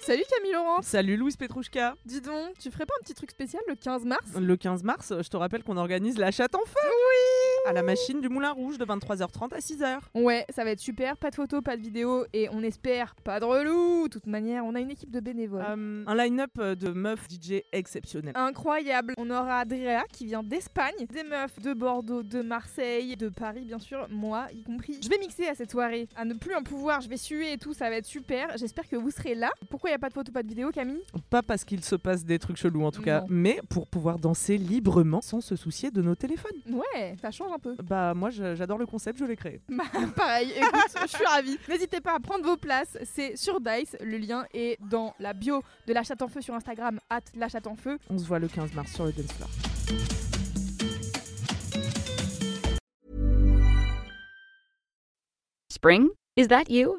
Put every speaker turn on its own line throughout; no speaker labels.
Salut Camille Laurence
Salut Louise Petrouchka.
Dis donc, tu ferais pas un petit truc spécial le 15 mars
Le 15 mars, je te rappelle qu'on organise la chatte en feu à la machine du Moulin Rouge de 23h30 à 6h.
Ouais, ça va être super, pas de photos, pas de vidéos, et on espère pas de relou De toute manière, on a une équipe de bénévoles.
Euh, un line-up de meufs DJ exceptionnel.
Incroyable On aura Adrea qui vient d'Espagne, des meufs de Bordeaux, de Marseille, de Paris bien sûr, moi y compris. Je vais mixer à cette soirée, à ne plus en pouvoir, je vais suer et tout, ça va être super, j'espère que vous serez là. Pourquoi y a pas de photos, pas de vidéos Camille
Ah. Pas parce qu'il se passe des trucs chelous en tout cas,
Non.
mais pour pouvoir danser librement sans se soucier de nos téléphones.
Ouais, ça change un peu.
Bah moi je- j'adore le concept, je l'ai créé.
Bah, pareil, écoute, je suis ravie. N'hésitez pas à prendre vos places, c'est sur Dice. Le lien est dans la bio de La Chatte en Feu sur Instagram, at La Chatte en Feu.
On se voit le 15 mars sur le dance floor.
Spring? Is that you?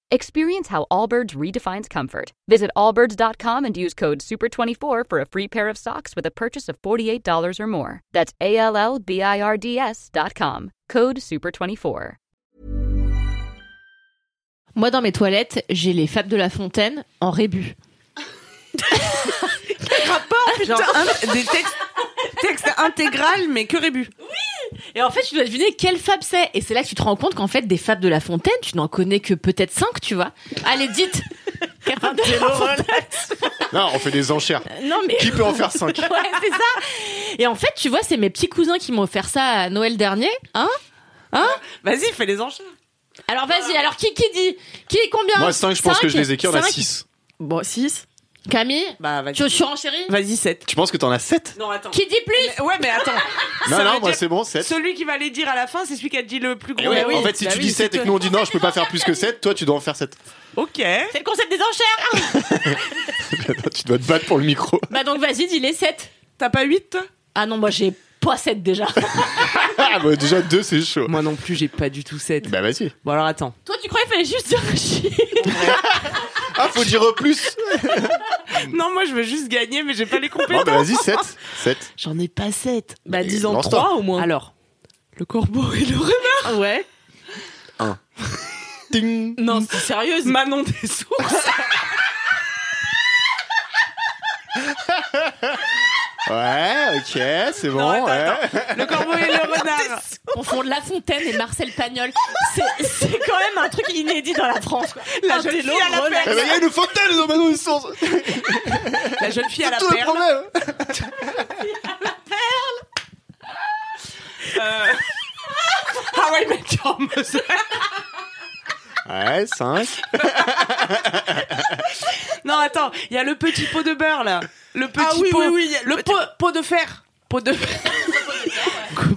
Experience how Allbirds redefines comfort. Visit allbirds.com and use code SUPER24 for a free pair of socks with a purchase of $48 or more. That's A L L B I R D S.com. Code SUPER24.
Moi, dans mes toilettes, j'ai les Fables de la Fontaine en rébut.
Genre un- des textes, textes intégral mais que rébus.
Et en fait, tu dois deviner quelle fable c'est. Et c'est là que tu te rends compte qu'en fait, des Fables de la Fontaine, tu n'en connais que peut-être 5, tu vois. Allez, dites Quelle fable de la Fontaine
Non, on fait des enchères.
Non, mais...
Qui peut en faire 5
Ouais, c'est ça Et en fait, tu vois, c'est mes petits cousins qui m'ont offert ça à Noël dernier. Hein
Vas-y, fais les enchères.
Alors, vas-y, alors qui qui dit Qui est combien
Moi, 5, je pense
Cinq
que je les ai qu'il y en a
Cinq
6.
Bon, 6.
Camille
Bah, vas-y.
Tu surenchéris
Vas-y, 7.
Tu penses que t'en as 7
Non, attends.
Qui dit plus
Ouais, mais attends.
Non,
Ah, Ça veut
non, moi
dire-
c'est bon, 7.
Celui qui va les dire à la fin, c'est celui qui a dit le plus gros.
Eh ouais,
Bah oui.
en fait, si
Bah
tu
oui,
dis
c'est
7 et que
toi.
nous on dit non, je peux pas faire plus que 7, toi tu dois en faire 7.
Ok.
C'est le concept des enchères
tu dois te battre pour le micro.
Bah donc, vas-y, dis les 7
T'as pas 8
Ah non, moi, j'ai pas 7 déjà.
Ah, bah, déjà 2, c'est chaud.
Moi non plus, j'ai pas du tout 7.
Bah, vas-y.
Bon, alors attends.
Toi, tu croyais qu'il fallait juste dire chier
Ah, faut dire au plus.
Non, moi je veux juste gagner, mais j'ai pas les
Bon,
compétences.
bah, vas-y, 7. 7.
J'en ai pas 7. Bah,
Mais
disons
lance-toi.
3 au moins. Alors, le corbeau et le renard. Ouais.
Ting.
Non, c'est sérieuse. Manon des sources.
Ouais, ok, c'est bon.
attends,
ouais.
Le corbeau et le renard.
confondre La Fontaine et Marcel Pagnol. C'est c'est quand même un truc inédit dans la France. quoi.
La
Un
jeune
télo,
fille à la
relax.
Eh ben, il y a une fontaine dans Manon Essence.
La jeune fille à la
Tout le
perle.
problème.
Euh... Ah ouais, mais tu en me
Ouais, 5.
Non, attends, il y a le petit pot de beurre là. Le petit
oui,
pot.
oui,
le pot, pot de fer. Pot de fer.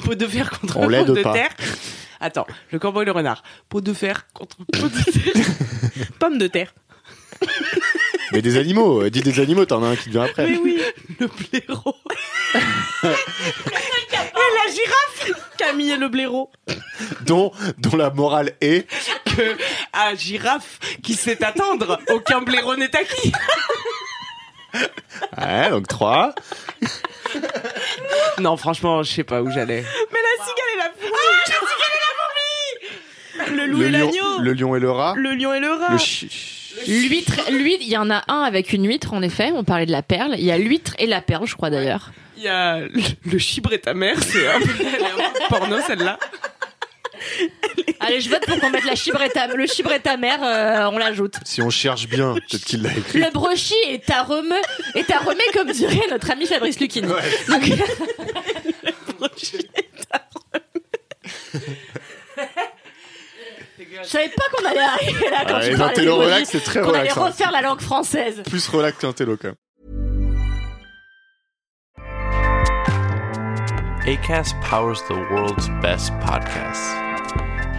pot de fer contre
On
pot
l'aide
de
pas.
terre. Attends, le corbeau et le renard. Pot de fer contre pot de terre. Pomme de terre.
Mais des animaux, euh, dis des animaux, t'en as un qui vient après.
oui. Le blaireau. et la girafe. Camille et le blaireau.
Dont, dont la morale est.
Que à girafe qui sait attendre, aucun blaireau n'est acquis.
Ouais, donc 3.
Non, franchement, je sais pas où j'allais.
Mais la cigale est la fourmi
Le
lion, le lion et le rat.
Le lion et le rat.
Le chi-
L'huître, lui, il y en a un avec une huître, en effet. On parlait de la perle. Il y a l'huître et la perle, je crois d'ailleurs.
Il y a le, le chibre et ta mère, c'est un peu elle est un peu porno celle-là.
Allez, je vote pour qu'on mette la chibre et ta- le chibre et ta mère, euh, on l'ajoute.
Si on cherche bien, peut-être qu'il l'a écrit.
Le brochi et ta remue, et ta remue, comme dirait notre ami Fabrice Lucchini. Donc, je savais pas qu'on allait arriver là quand
Ah,
tu parlais
les
des
intello
brochis,
relax, hein. c'est très
qu'on allait
relaxant.
refaire la langue française.
Plus relax qu'un télo quand même.
ACAST powers the world's best podcasts.